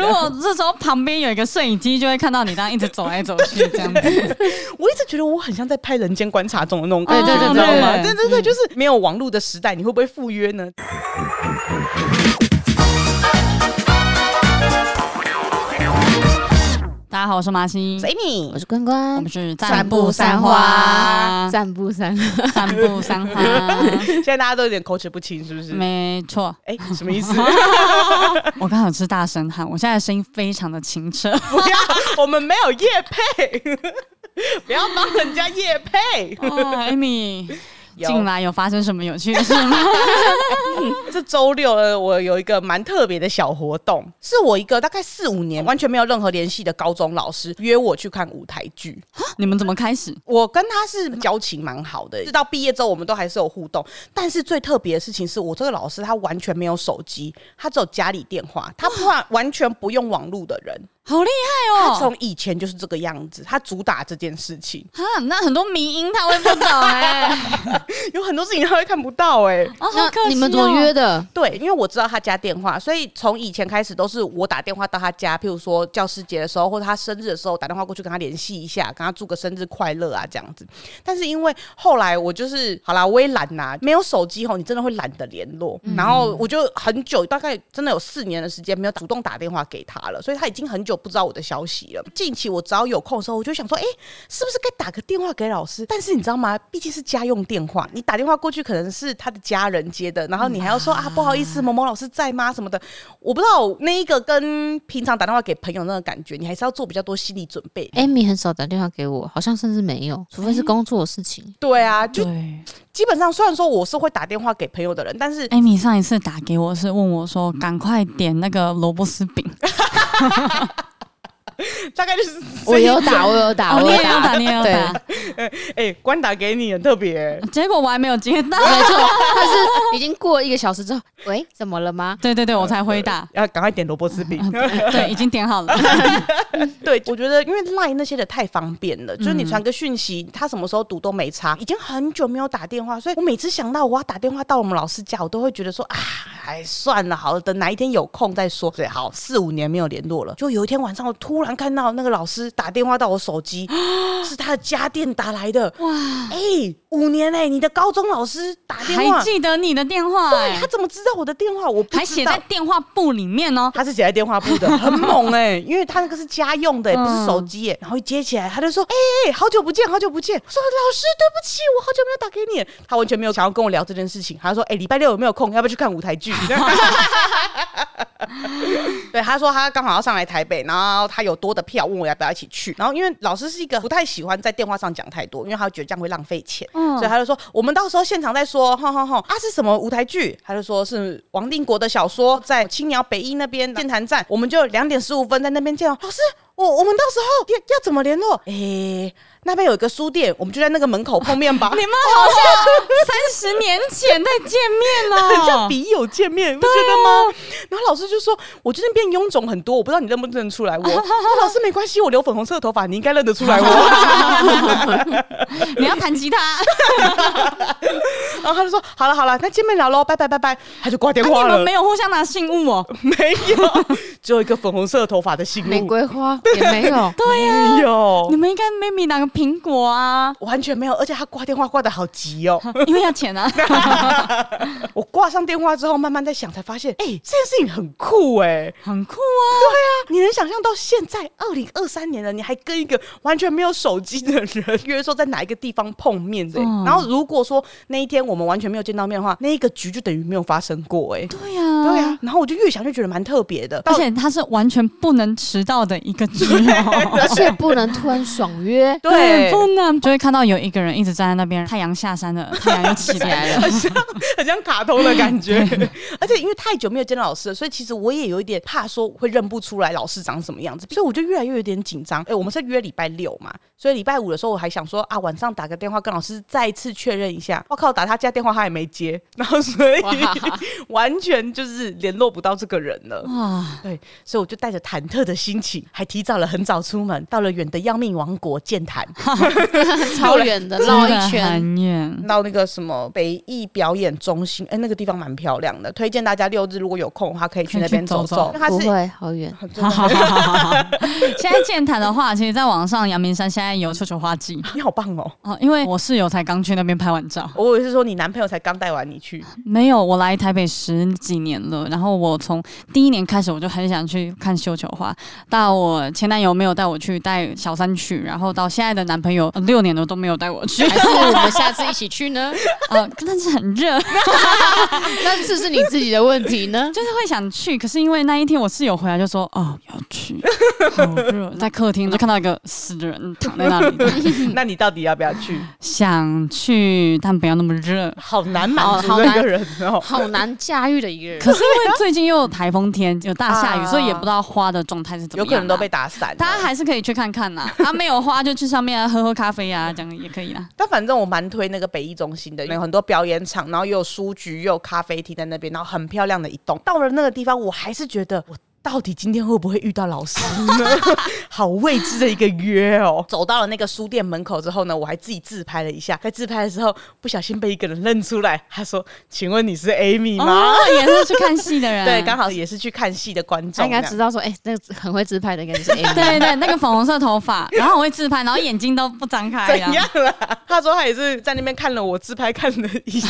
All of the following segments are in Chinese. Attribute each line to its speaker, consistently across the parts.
Speaker 1: 果这时候旁边有一个摄影机，就会看到你这样一直走来走去这 样子。
Speaker 2: 我一直觉得我很像在拍《人间观察》中的那种感觉，
Speaker 1: 对对对
Speaker 2: 你知道吗？
Speaker 1: 对嗯
Speaker 2: 对对对，就是没有网络的时代，你会不会赴约 呢？
Speaker 1: 大家好，我是麻西，
Speaker 2: Amy，
Speaker 3: 我是关关，
Speaker 1: 我们是散步三花，
Speaker 3: 散步三花，
Speaker 1: 散步三 花，
Speaker 2: 现在大家都有点口齿不清，是不是？
Speaker 1: 没错。
Speaker 2: 哎，什么意思？
Speaker 1: 我刚好是大声喊，我现在的声音非常的清澈。
Speaker 2: 不要，我们没有夜配， 不要帮人家夜配。
Speaker 1: 哦，Amy，
Speaker 2: 有
Speaker 1: 近来有发生什么有趣的事 吗？
Speaker 2: 这周六呢，我有一个蛮特别的小活动，是我一个大概四五年完全没有任何联系的高中老师约我去看舞台剧。
Speaker 1: 你们怎么开始？
Speaker 2: 我跟他是交情蛮好的，直到毕业之后我们都还是有互动。但是最特别的事情是我这个老师他完全没有手机，他只有家里电话，他不然完全不用网络的人。
Speaker 1: 好厉害
Speaker 2: 他
Speaker 1: 哦！
Speaker 2: 从以前就是这个样子，他主打这件事情，
Speaker 1: 啊，那很多迷音他会不懂哎、
Speaker 2: 有很多事情他会看不到哎、
Speaker 1: 哦，好可惜、
Speaker 3: 那你们怎么约？的？
Speaker 2: 对，因为我知道他家电话，所以从以前开始都是我打电话到他家，譬如说教师节的时候，或者他生日的时候打电话过去跟他联系一下，跟他祝个生日快乐啊这样子。但是因为后来我就是好啦，我也懒呐、没有手机后你真的会懒得联络，然后我就很久，大概真的有四年的时间没有主动打电话给他了，所以他已经很久不知道我的消息了。近期我只要有空的时候，我就想说，哎、是不是该打个电话给老师？但是你知道吗？毕竟是家用电话，你打电话过去可能是他的家人接的，然后你还要说、啊，不好意思，某某老师在吗？什么的，我不知道那一个跟平常打电话给朋友那个感觉，你还是要做比较多心理准备。
Speaker 3: Amy 很少打电话给我，好像甚至没有，除非是工作的事情。
Speaker 2: 对啊，就
Speaker 1: 对
Speaker 2: 基本上虽然说我是会打电话给朋友的人，但是
Speaker 3: 哎
Speaker 1: ，Amy 上一次打给我是问我说，赶快点那个萝卜丝饼。
Speaker 2: 大概就是
Speaker 3: 我有打，我有打，
Speaker 1: 哦，
Speaker 3: 我
Speaker 1: 你也有
Speaker 3: 打，
Speaker 1: 打，你也有
Speaker 3: 对
Speaker 1: 打，
Speaker 2: 哎、关打给你很特别、
Speaker 1: 结果我还没有接到。
Speaker 3: 没错。但是已经过了一个小时之后，喂，怎么了吗？
Speaker 1: 对对
Speaker 2: 呃
Speaker 1: 对，我才回答。
Speaker 2: 要赶快点萝卜丝饼。
Speaker 1: 对，已经点好 了。
Speaker 2: 对，我觉得因为 Line 那些的太方便了，就是
Speaker 1: 嗯
Speaker 2: 你传个讯息，他什么时候读都没差。已经很久没有打电话，所以我每次想到我要打电话到我们老师家，我都会觉得说啊，哎，算了，好了，等哪一天有空再说。对，好，四五年没有联络了，就有一天晚上，我突然看到那个老师打电话到我手机，是他的家电打来的。哇，哎、五年哎、你的高中老师打电
Speaker 1: 还
Speaker 2: 话，
Speaker 1: 记得你的电话、
Speaker 2: 对
Speaker 1: 欸，
Speaker 2: 他怎么知道我的电话？我不
Speaker 1: 还
Speaker 2: 知
Speaker 1: 写
Speaker 2: 道
Speaker 1: 在。电话簿里面 哦。
Speaker 2: 他是写在电话簿的，很猛哎、因为他那个是家用的、不是手机、欸，然后一接起来他就说：“哎、哎、好久不见，好久不见。”我说：“老师，对不起，我好久没有打给你。”他完全没有想要跟我聊这件事情，他说：“哎、礼拜六有没有空？要不要去看舞台剧？”对，他说他刚好要上来台北，然后他有多的票，问我要不要一起去。然后因为老师是一个不太喜欢在电话上讲太多，因为他觉得这样会浪费钱，所以他就说我们到时候现场再说，哼哼哼。啊是什么舞台剧？他就说是王定国的小说，在青鸟北一那边电坛站，我们就两点十五分在那边见哦。老师，我我们到时候要要怎么联络？诶、那边有一个书店，我们就在那个门口碰面吧。
Speaker 1: 你们好像三十年前在见面哦
Speaker 2: 很像
Speaker 1: 了。
Speaker 2: 笔友见面，你不觉得吗？
Speaker 1: 啊
Speaker 2: 然后老师就说：“我最近变臃肿很多，我不知道你认不认得出 来我。”说老师没关系，我留粉红色的头发，你应该认得出来我。
Speaker 1: 你要弹吉他，
Speaker 2: 然后他就说：“好了好了，那见面聊喽，拜拜拜拜。”他就挂电
Speaker 1: 啊
Speaker 2: 话
Speaker 1: 你
Speaker 2: 了。
Speaker 1: 们没有互相拿信物哦。，
Speaker 2: 没有，只有一个粉红色头发的信
Speaker 3: 玫
Speaker 2: 物，
Speaker 3: 瑰花也没有
Speaker 1: 对呀、
Speaker 2: 没有
Speaker 1: 你，们应该 maybe 拿个苹果啊，
Speaker 2: 完全没有。而且他挂电话挂的好 急哦。
Speaker 1: 因为要钱 啊。
Speaker 2: 我挂上电话之后，慢慢在想，才发现，哎、这件事情很酷哎、
Speaker 1: 很酷啊！
Speaker 2: 你能想象到现在二零二三年了，你还跟一个完全没有手机的人 约说在哪一个地方碰面的、
Speaker 1: 嗯
Speaker 2: 然后如果说那一天我们完全没有见到面的话，那一个局就等于没有发生过、哎、
Speaker 1: 对呀、啊
Speaker 2: 对啊。然后我就越想就觉得蛮特别的，
Speaker 1: 而
Speaker 2: 到
Speaker 1: 且他是完全不能迟到的一个局哦。
Speaker 3: 而且不能突然爽约。
Speaker 2: 对，
Speaker 1: 不能就会看到有一个人一直站在那边，太阳下山了，太阳又起
Speaker 3: 起
Speaker 1: 来了。
Speaker 3: 来了，
Speaker 2: 很像卡通的感觉。 而且因为太久没有见到老师了，所以其实我也有一点怕说会认不出来老师长什么样子，所以我就越来越有点紧张。哎、我们是约礼拜六嘛，所以礼拜五的时候我还想说啊，晚上打个电话跟老师再次确认一下。我靠，打他家电话他也没接，然后所以 完全就是联络不到这个人了。
Speaker 1: 哇，
Speaker 2: 对，所以我就带着忐忑的心情，还提早了很早出门，到了远的要命王国健谈，
Speaker 3: 超远的绕一
Speaker 1: 真的
Speaker 3: 圈，
Speaker 1: 很 远。
Speaker 2: 到那个什么北艺表演中心，哎、那个地方蛮漂亮的，推荐大家六日如果有空的话可以去那边走
Speaker 1: 可以去走走
Speaker 2: 因为它
Speaker 3: 不
Speaker 2: 是。
Speaker 3: 会好远，
Speaker 2: 很说的，
Speaker 1: 现在健谈的话，其实在网上阳明山现在有球球花季
Speaker 2: 你好棒哦！
Speaker 1: 哦，因为我室友才刚去那边拍完照，
Speaker 2: 我以为是说你男朋友才刚带完你去，
Speaker 1: 没有，我来台北十几年了，然后我从第一年开始我就很想去看绣球花，到我前男友没有带我去，带小三去，然后到现在的男朋友呃六年了都没有带我 去，
Speaker 3: 还是我们下次一起去呢？
Speaker 1: 呃，但是很热，
Speaker 3: 那这是你自己的问题呢。
Speaker 1: 就是会想去，可是因为那一天我室友回来就说哦要去，好热，在客厅就看到一个死人躺在那里，
Speaker 2: 那你到底要不要去？
Speaker 1: 想去但不要那么热。
Speaker 2: 好难满足
Speaker 3: 好
Speaker 2: 的一
Speaker 3: 难
Speaker 2: 个人 哦。
Speaker 3: 好难驾驭的一个人，
Speaker 1: 可是因为最近又有台风天，有大下雨，
Speaker 2: 啊
Speaker 1: 所以也不知道花的状态是怎么
Speaker 2: 有
Speaker 1: 样啊、
Speaker 2: 可能都被打散了，
Speaker 1: 大家还是可以去看看 啦。啊，没有花就去上面、啊、喝喝咖啡啊，这样也可以啦。
Speaker 2: 但反正我蛮推那个北艺中心的，有很多表演场，然后又有书局，又有咖啡厅在那边，然后很漂亮的一栋。到了那个地方，我还是觉得我。到底今天会不会遇到老师 呢？好未知的一个约哦。走到了那个书店门口之后呢，我还自己自拍了一下。在自拍的时候，不小心被一个人认出来，他说：“请问你是 Amy 吗
Speaker 1: 哦，也是去看戏的人，
Speaker 2: 对，刚好也是去看戏的观众。
Speaker 3: 他应该
Speaker 2: 这样
Speaker 3: 知道说，哎、那个很会自拍的应该 就是 A。
Speaker 1: 对对，那个粉红色头发，然后我会自拍，然后眼睛都不张开啊
Speaker 2: 怎
Speaker 1: 呀，
Speaker 2: 样啦？他说他也是在那边看了我自拍，看了一下，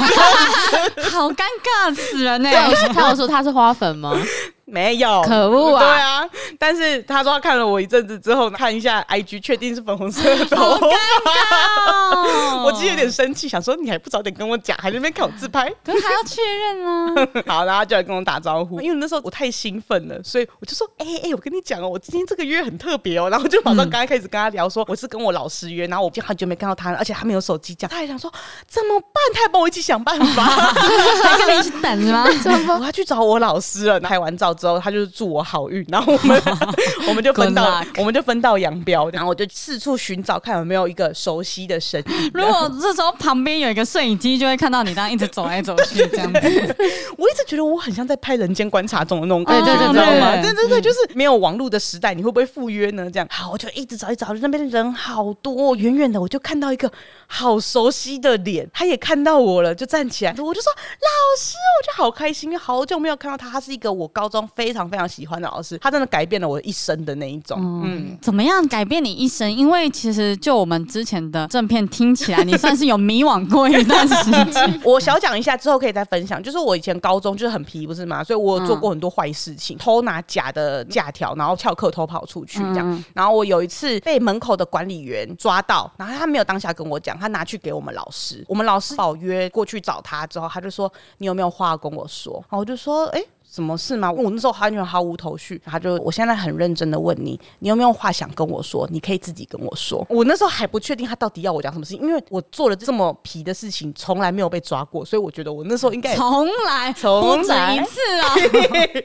Speaker 1: 好尴尬死人呢、欸
Speaker 3: 他有他有说他是花粉 吗？
Speaker 2: 没有，
Speaker 3: 可恶
Speaker 2: 对
Speaker 3: 啊！
Speaker 2: 啊，但是他说他看了我一阵子之后，看一下 IG，确定是粉红色的头发，
Speaker 1: 哦
Speaker 2: 我其实有点，生气，想说你还不早点跟我讲，还在那边看我自拍。
Speaker 1: 可是还要确认 啊。
Speaker 2: 好，然后他就来跟我打招呼，因为那时候我太兴奋了，所以我就说，哎、哎、我跟你讲哦，我今天这个约很特别哦，然后就
Speaker 3: 嗯
Speaker 2: 马上刚才开始跟他聊说，我是跟我老师约，然后我已经很久没看到他了，而且他没有手机，这样他还想说怎么办，他还帮我一起想办法。
Speaker 1: 还跟你一起等是吗？
Speaker 2: 我要去找我老师了。拍完照之后，他就祝我好运，然后我 们我们就分道
Speaker 1: Good luck
Speaker 2: 我们就分道扬镳。然后我就四处寻找，看有没有一个熟悉的身影。
Speaker 1: 如果这时候旁边有一个摄影机，就会看到你这样一直走来走去这样子。
Speaker 2: 我一直觉得我很像在拍《人间观察》中的那种感觉，
Speaker 1: 对对对
Speaker 2: 你知道吗？
Speaker 1: 对嗯
Speaker 2: 对对对，就是没有网络的时代，你会不会赴约呢？这样好，我就一直找一直找，那边人好多，远远的我就看到一个好熟悉的脸，他也看到我了，就站起来，我就说老师，我就好开心，因为好久没有看到他，他是一个我高中非常非常喜欢的老师，他真的改变了我的一生的那一种，嗯。
Speaker 1: 嗯，怎么样改变你一生？因为其实就我们之前的正片听起来，你算是有迷惘过一段时间
Speaker 2: 我小讲一下，之后可以再分享。就是我以前高中就是很皮，不是吗？所以我
Speaker 1: 嗯
Speaker 2: 有做过很多坏事情，偷拿假的假条，然后翘课偷跑出去这样。然后我有一次被门口的管理员抓到，然后他没有当下跟我讲，他拿去给我们老师。我们老师把我约过去找他之后，他就说：“你有没有话跟我说？”然后我就说：“诶，什么事吗？我那时候完全毫无头绪，他就我现在很认真的问你，你有没有话想跟我说？你可以自己跟我说。我那时候还不确定他到底要我讲什么事情，因为我做了这么皮的事情，从来没有被抓过，所以我觉得我那时候应该 也，
Speaker 1: 从来
Speaker 2: 从
Speaker 1: 不止
Speaker 2: 来
Speaker 1: 一次啊！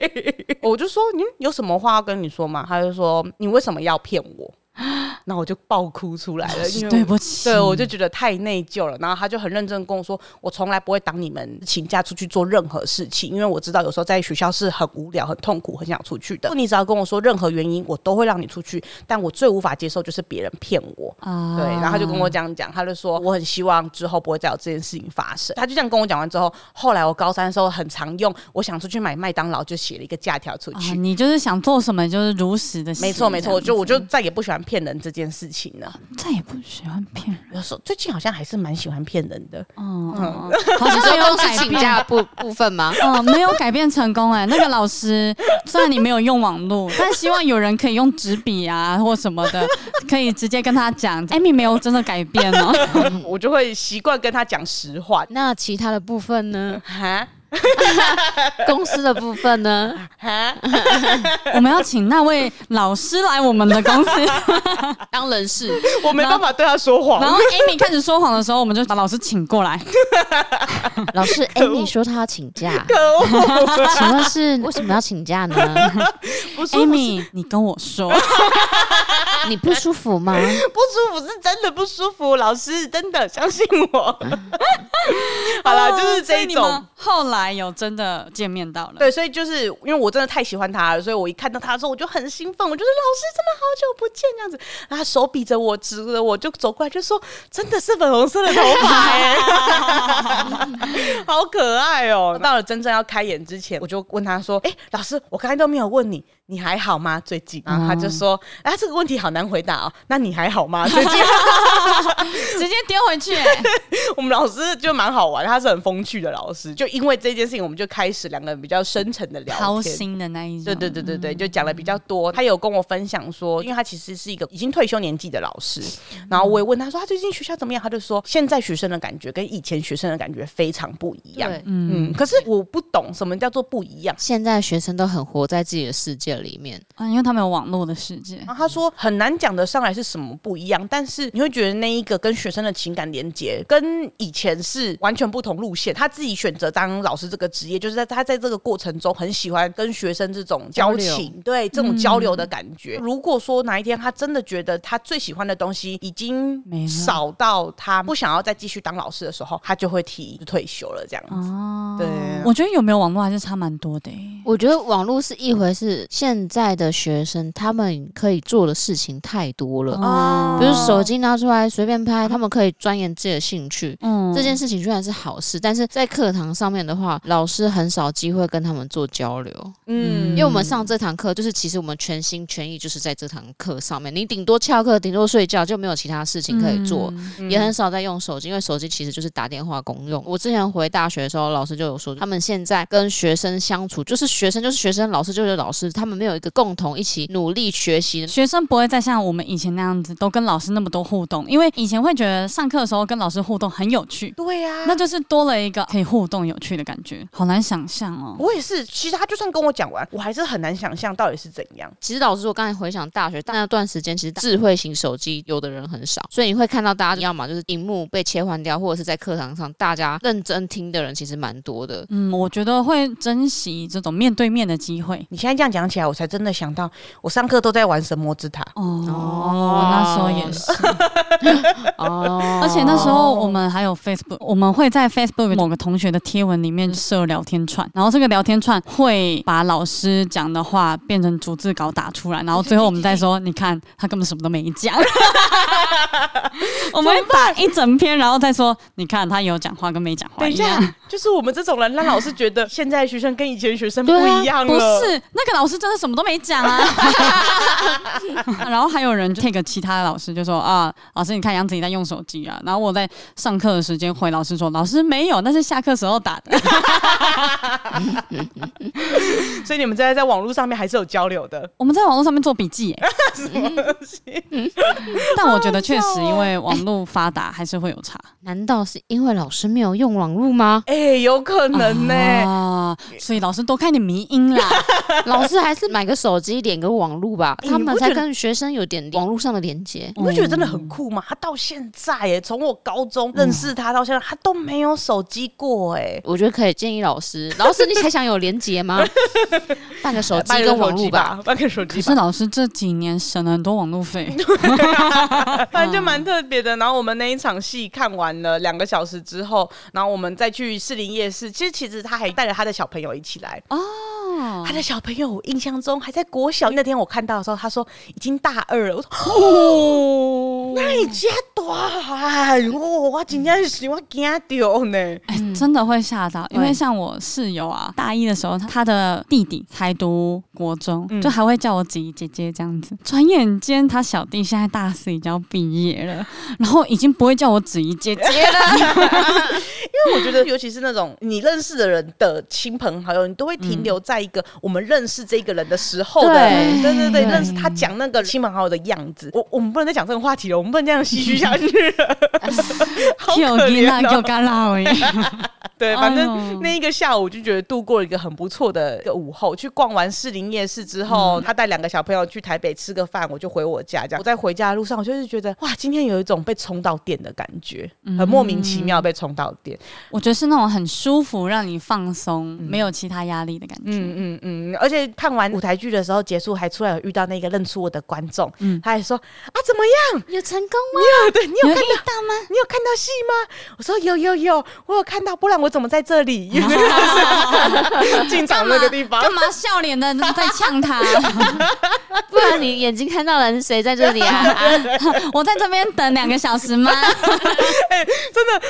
Speaker 2: 我就说你有什么话要跟你说吗？他就说你为什么要骗我？ 那我就爆哭出来了，因 为
Speaker 1: 对不起，
Speaker 2: 对，我就觉得太内疚了。然后他就很认真地跟我说，我从来不会当你们请假出去做任何事情，因为我知道有时候在学校是很无聊、很痛苦、很想出去的。你只要跟我说任何原因，我都会让你出去。但我最无法接受就是别人骗我。
Speaker 1: 啊
Speaker 2: 对，然后他就跟我这样讲，他就说我很希望之后不会再有这件事情发生。他就这样跟我讲完之后，后来我高三的时候很常用，我想出去买麦当劳就写了一个假条出去。
Speaker 1: 啊，你就是想做什么就是如实的，
Speaker 2: 没错没错，我就我就再也不喜欢骗人这件事情了。
Speaker 1: 再也不喜欢骗人。
Speaker 2: 有时候最近好像还是蛮喜欢骗人的，
Speaker 1: 嗯，嗯嗯好
Speaker 3: 你
Speaker 1: 像
Speaker 3: 说
Speaker 1: 没有
Speaker 3: 公司
Speaker 1: 改
Speaker 3: 请
Speaker 1: 变
Speaker 3: 假的部部分吗？
Speaker 1: 哦，没有改变成功哎、那个老师虽然你没有用网络，但希望有人可以用纸笔啊或什么的，可以直接跟他讲。Amy 没有真的改变哦，
Speaker 2: 我就会习惯跟他讲实话。
Speaker 3: 那其他的部分呢？
Speaker 2: 哈
Speaker 3: 公司的部分呢？
Speaker 2: 哈，
Speaker 1: 我们要请那位老师来我们的公 司。
Speaker 3: 当人事，
Speaker 2: 我没办法对他说
Speaker 1: 然
Speaker 2: 谎。
Speaker 1: 后 Amy 开始说谎的时候，我们就把老师请过来。
Speaker 3: 老师 Amy 说她要请假，
Speaker 2: 可恶，
Speaker 3: 请问是为什么要请假 呢？
Speaker 2: 不舒服是
Speaker 1: Amy，你跟我说，
Speaker 3: 你不舒服吗？
Speaker 2: 不舒服是真的不舒服，老师真的相信我。 哦好了，就是
Speaker 1: 哦所
Speaker 2: 这
Speaker 1: 以
Speaker 2: 一
Speaker 1: 你
Speaker 2: 种
Speaker 1: 们。后来有真的见面到了，
Speaker 2: 对，所以就是因为我真的太喜欢他了，所以我一看到他的时候我就很兴奋，我觉得老师真的好久不见这样子。然后他手比着我，指着我就走过来就说：“真的是粉红色的头发耶， 好可爱哦、到了真正要开演之前，我就问他说：“哎、老师，我刚才都没有问你，你还好吗？最近，
Speaker 1: 嗯
Speaker 2: 然后他就说，啊，这个问题好难回答哦。那你还好 吗？最近
Speaker 1: 直接丢回 去、欸，
Speaker 2: 我们老师就蛮好玩，他是很风趣的老师。就因为这件事情，我们就开始两个人比较深沉的聊
Speaker 1: 掏
Speaker 2: 天。
Speaker 1: 心的那一种。
Speaker 2: 对对对对对，就讲的比较多。他有跟我分享说，因为他其实是一个已经退休年纪的老师，然后我也问他说，他最近学校怎么样？他就说，现在学生的感觉跟以前学生的感觉非常不一样。
Speaker 3: 对，
Speaker 1: 嗯
Speaker 2: 嗯，可是我不懂什么叫做不一样。
Speaker 3: 现在学生都很活在自己的世界里面，
Speaker 1: 啊，因为他们有网络的世界，
Speaker 2: 然后他说很难讲得上来是什么不一样，但是你会觉得那一个跟学生的情感连接跟以前是完全不同路线。他自己选择当老师这个职业，就是在他在这个过程中很喜欢跟学生这种交
Speaker 3: 交
Speaker 2: 情，
Speaker 3: 流
Speaker 2: 对这种交流的感觉。如果说哪一天他真的觉得他最喜欢的东西已经
Speaker 1: 没了
Speaker 2: 少到他不想要再继续当老师的时候，他就会提退休了这样子。
Speaker 1: 哦，
Speaker 2: 对啊
Speaker 1: 我觉得有没有网络还是差蛮多的、欸。
Speaker 3: 我觉得网络是一回事，现在的学生他们可以做的事情太多了，
Speaker 2: 哦
Speaker 3: 比如手机拿出来随便拍，他们可以钻研自己的兴趣。
Speaker 1: 哦嗯
Speaker 3: 这件事情虽然是好事，但是在课堂上面的话，老师很少机会跟他们做交流，
Speaker 2: 嗯，
Speaker 3: 因为我们上这堂课就是其实我们全心全意就是在这堂课上面，你顶多翘课，顶多睡觉，就没有其他事情可以做。
Speaker 1: 嗯
Speaker 2: 嗯
Speaker 3: 也很少在用手机，因为手机其实就是打电话公用。我之前回大学的时候，老师就有说，他们现在跟学生相处，就是学生就是学生，老师就是老师，他们没有一个共同一起努力学习的。
Speaker 1: 学生不会再像我们以前那样子，都跟老师那么多互动，因为以前会觉得上课的时候跟老师互动很有趣，
Speaker 2: 对啊呀、
Speaker 1: 那就是多了一个可以互动有趣的感觉，好难想象哦。
Speaker 2: 我也是，其实他就算跟我讲完，我还是很难想象到底是怎样。
Speaker 3: 其实老师，我刚才回想大学那段时间，其实智慧型手机有的人很少，所以你会看到大家要么就是荧幕被切换掉，或者是在课堂上大家认真听的人其实蛮多的。
Speaker 1: 嗯，我觉得会珍惜这种面对面的机会。
Speaker 2: 你现在这样讲起来，我才真的想到，我上课都在玩《神魔之塔》。
Speaker 1: 哦，我那时候也是，
Speaker 3: 哦
Speaker 1: 而且那时候我们还有 Facebook，我们会在 Facebook 某个同学的贴文里
Speaker 2: 嗯
Speaker 1: 面设聊天串，然后这个聊天串会把老师讲的话变成逐字稿打出来，然后最后我们再说，你看他根本什么都没讲。 我们会打一整篇，然后再说，你看他有讲话跟没讲话
Speaker 2: 等一
Speaker 1: 样。
Speaker 2: 下，就是我们这种人，让老师觉 得现在的学生跟以前的学生不
Speaker 3: 对啊
Speaker 2: 一样了。
Speaker 1: 不是那个老师真的什么都没讲啊， 然后还有人就 take 其他的老师就说啊，老师你看杨子怡在用手机啊，然后我在上课的时间回老师说，老师没有，那是下课时候打 的，
Speaker 2: 所以你们现在在网络上面还是有交流的。
Speaker 1: 我们在网络上面做笔记、欸，但我觉得确实因为网络发达还是会有差，
Speaker 3: 难道是因为老师没有用网 络吗？
Speaker 2: 哎、有可能呢、
Speaker 1: 啊，所以老师多看点迷音 啦，
Speaker 3: 老师还是买个手机连个网络吧，
Speaker 2: 哎
Speaker 3: 他们
Speaker 2: 你不觉
Speaker 3: 才
Speaker 2: 得
Speaker 3: 跟学生有点网络上的连接。
Speaker 2: 你不觉得真的很酷吗？他到现在、哎，从我高中认识他到现在，他都没有手机过、哎。
Speaker 3: 我觉得可以建议老师，老师你 才想有连接吗？办个手机跟网络吧。，
Speaker 2: 办个手机
Speaker 1: 可
Speaker 2: 吧
Speaker 1: 是，老师这几年省了很多网络费，
Speaker 2: 反正就蛮特别的。然后我们那一场戏看完了两个小时之后，然后我们再去士林夜市。其实其实他还带了他的小朋友一起来哦。他的小朋友，我印象中还在国小那天，我看到的时候，他说已经大二了。我说哦，那你家多啊！哦，我今天是我惊到呢。
Speaker 1: 哎、真的会吓到，因为
Speaker 3: 会
Speaker 1: 像我室友啊，大一的时候，他他的弟弟才读国中，
Speaker 2: 嗯
Speaker 1: 就还会叫我姐姐姐这样子。转眼间，他小弟现在大四已经要毕业了， 然后已经不会叫我子怡姐姐了。
Speaker 2: 因为我觉得， 尤其是那种你认识的人的亲朋好友，你都会停留在一个我们认识这个人的时候的，
Speaker 3: 对
Speaker 2: 嗯对对对，
Speaker 3: 对
Speaker 2: 认识他讲那个亲朋好友的样子。我我们不能再讲这个话题了，我们不能这样唏嘘下去 了，好可
Speaker 1: 囡
Speaker 2: 怜
Speaker 1: 仔 叫
Speaker 2: 哦。
Speaker 1: 干老诶，
Speaker 2: 对，反
Speaker 1: 哎呦
Speaker 2: 正那一个下午就觉得度过了一个很不错的一个午后。去逛完士林夜市之后，他带两个小朋友去台北吃个饭，我就回我家。这样我在回家的路上，我就是觉得哇，今天有一种被充到电的感觉，很莫名其妙被充到电。
Speaker 1: 我觉得是那种很舒服，让你放松，没有其他压力的感觉。
Speaker 2: 嗯嗯嗯，而且看完舞台剧的时候结束，还出来有遇到那个认出我的观众，
Speaker 1: 嗯
Speaker 2: 他还说啊怎么样？
Speaker 3: 有成功吗？
Speaker 2: 对你
Speaker 1: 有
Speaker 2: 有
Speaker 1: 遇
Speaker 2: 看
Speaker 1: 到吗？
Speaker 2: 你有看到戏吗？我说有有有，我有看到，不然我怎么在这里？ 进场那个地方，
Speaker 1: 干嘛笑脸的在呛他？
Speaker 3: 不然让你眼睛看到人谁在这里啊？
Speaker 1: 我在这边等两个小时 吗？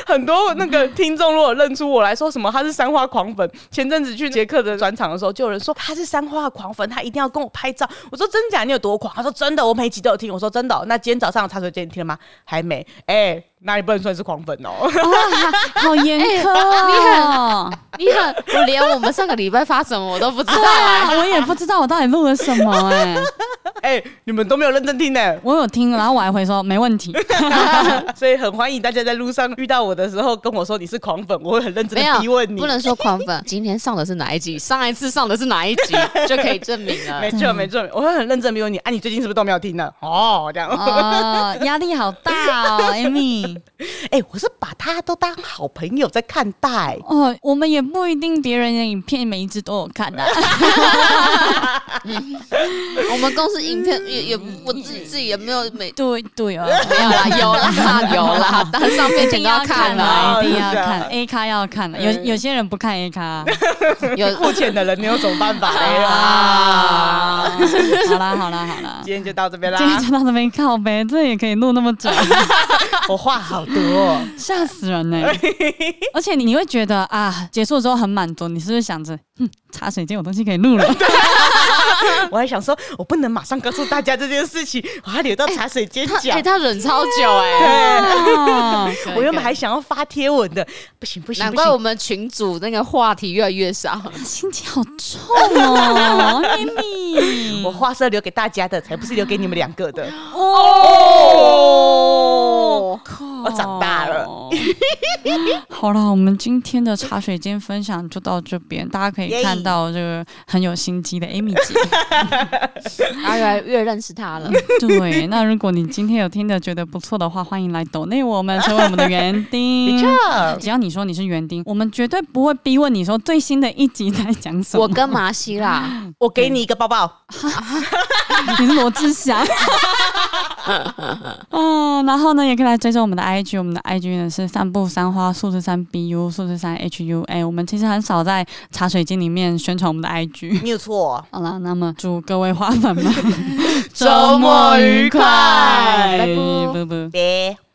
Speaker 2: 很多那个听众如果认出我来说什么他是三花狂粉，前阵子去捷克的专场的时候，就有人说他是三花狂粉，他一定要跟我拍照。我说真假？你有多狂？他说真的，我每集都有听。我说真的哦、那今天早上有茶水间你听了吗？还没。哎、那你不能算是狂粉哦。
Speaker 1: 哇，好严苛
Speaker 2: 哎
Speaker 1: 哦！
Speaker 3: 你很，我连我们上个礼拜发什么我都不知 道
Speaker 1: 对
Speaker 3: 啊。
Speaker 1: 啊，我也不知道我到底录了什么哎、
Speaker 2: 哎、你们都没有认真听呢、
Speaker 1: 我有听，然后我还回说没问 题。
Speaker 2: 所以很欢迎大家在路上遇到我的时候跟我说你是狂粉，我会很认真
Speaker 3: 没
Speaker 2: 的
Speaker 3: 有
Speaker 2: 逼问，你
Speaker 3: 不。能说狂 粉。今天上的是哪一集？上一次上的是哪一集就可以证明 了
Speaker 2: 没。错没错，我会很认真地逼问你。哎、你最近是不是都没有听呢？哦，这样。
Speaker 3: 嗯
Speaker 1: 哦，压力好大哦，Amy。
Speaker 2: 哎、我是把他都当好朋友在看待、
Speaker 1: 哦，我们也不一定别人的影片每一支都有看的、啊。
Speaker 3: 我们公司影片也也我自己自己也没 有每
Speaker 1: 对对哦，
Speaker 3: 没有 啦，啊有啦有 啦，但上面全都要看啦。
Speaker 1: 啊，一定要
Speaker 2: 是啊
Speaker 1: 看嗯 A 咖要看的，有有些人不看 A 咖啊。
Speaker 3: 有
Speaker 2: 付钱的人，你有什么办法哎呀？
Speaker 1: 啊 好啦好啦好 啦，
Speaker 2: 今天就到这边
Speaker 1: 今天
Speaker 2: 啦，
Speaker 1: 就到这边靠呗，这也可以录那么久，
Speaker 2: 我话好多、哦。
Speaker 1: 吓死人呢、而且你你会觉得啊，结束之后很满足，你是不是想着，哼，茶水间有东西可以 录了？
Speaker 2: 我还想说，我不能马上告诉大家这件事情，我还留到茶水间
Speaker 3: 他
Speaker 2: 讲
Speaker 3: 哎，。他忍超久哎。
Speaker 1: 哦
Speaker 2: 我原本还想要发贴文的，不行不行
Speaker 3: 难
Speaker 2: 不
Speaker 3: 怪我
Speaker 2: 行，
Speaker 3: 们群组那个话题越来越少。
Speaker 1: 心情好重哦，Amy，
Speaker 2: 我话是要留给大家的，才不是留给你们两个的。
Speaker 1: 哦，
Speaker 2: 哦，我长大了。
Speaker 1: 好了，我们今天的茶水间分享就到这边，大家可以
Speaker 2: 耶
Speaker 1: 看到这个很有心机的 Amy 姐。
Speaker 3: 然后越来哎越认识他了。
Speaker 1: 对，那如果你今天有听的觉得不错的话，欢迎来抖内我们成为我们的园丁
Speaker 2: 没。错，
Speaker 1: 只要你说你是园丁，我们绝对不会逼问你说最新的一集在讲什么。
Speaker 3: 我跟麻西啦，
Speaker 2: 我给你一个抱抱。
Speaker 1: 你是罗志祥。 嗯，然后呢，也可以来追踪我们的 IG，我们的 IG 呢是散步三花数字三 BU 数字三 HU。哎，我们其实很少在茶水间里面宣传我们的 IG。
Speaker 2: 没有错，
Speaker 1: 好了，那么祝各位花粉们
Speaker 2: 周末愉快
Speaker 1: 拜
Speaker 3: 拜拜
Speaker 1: 拜。
Speaker 2: 对。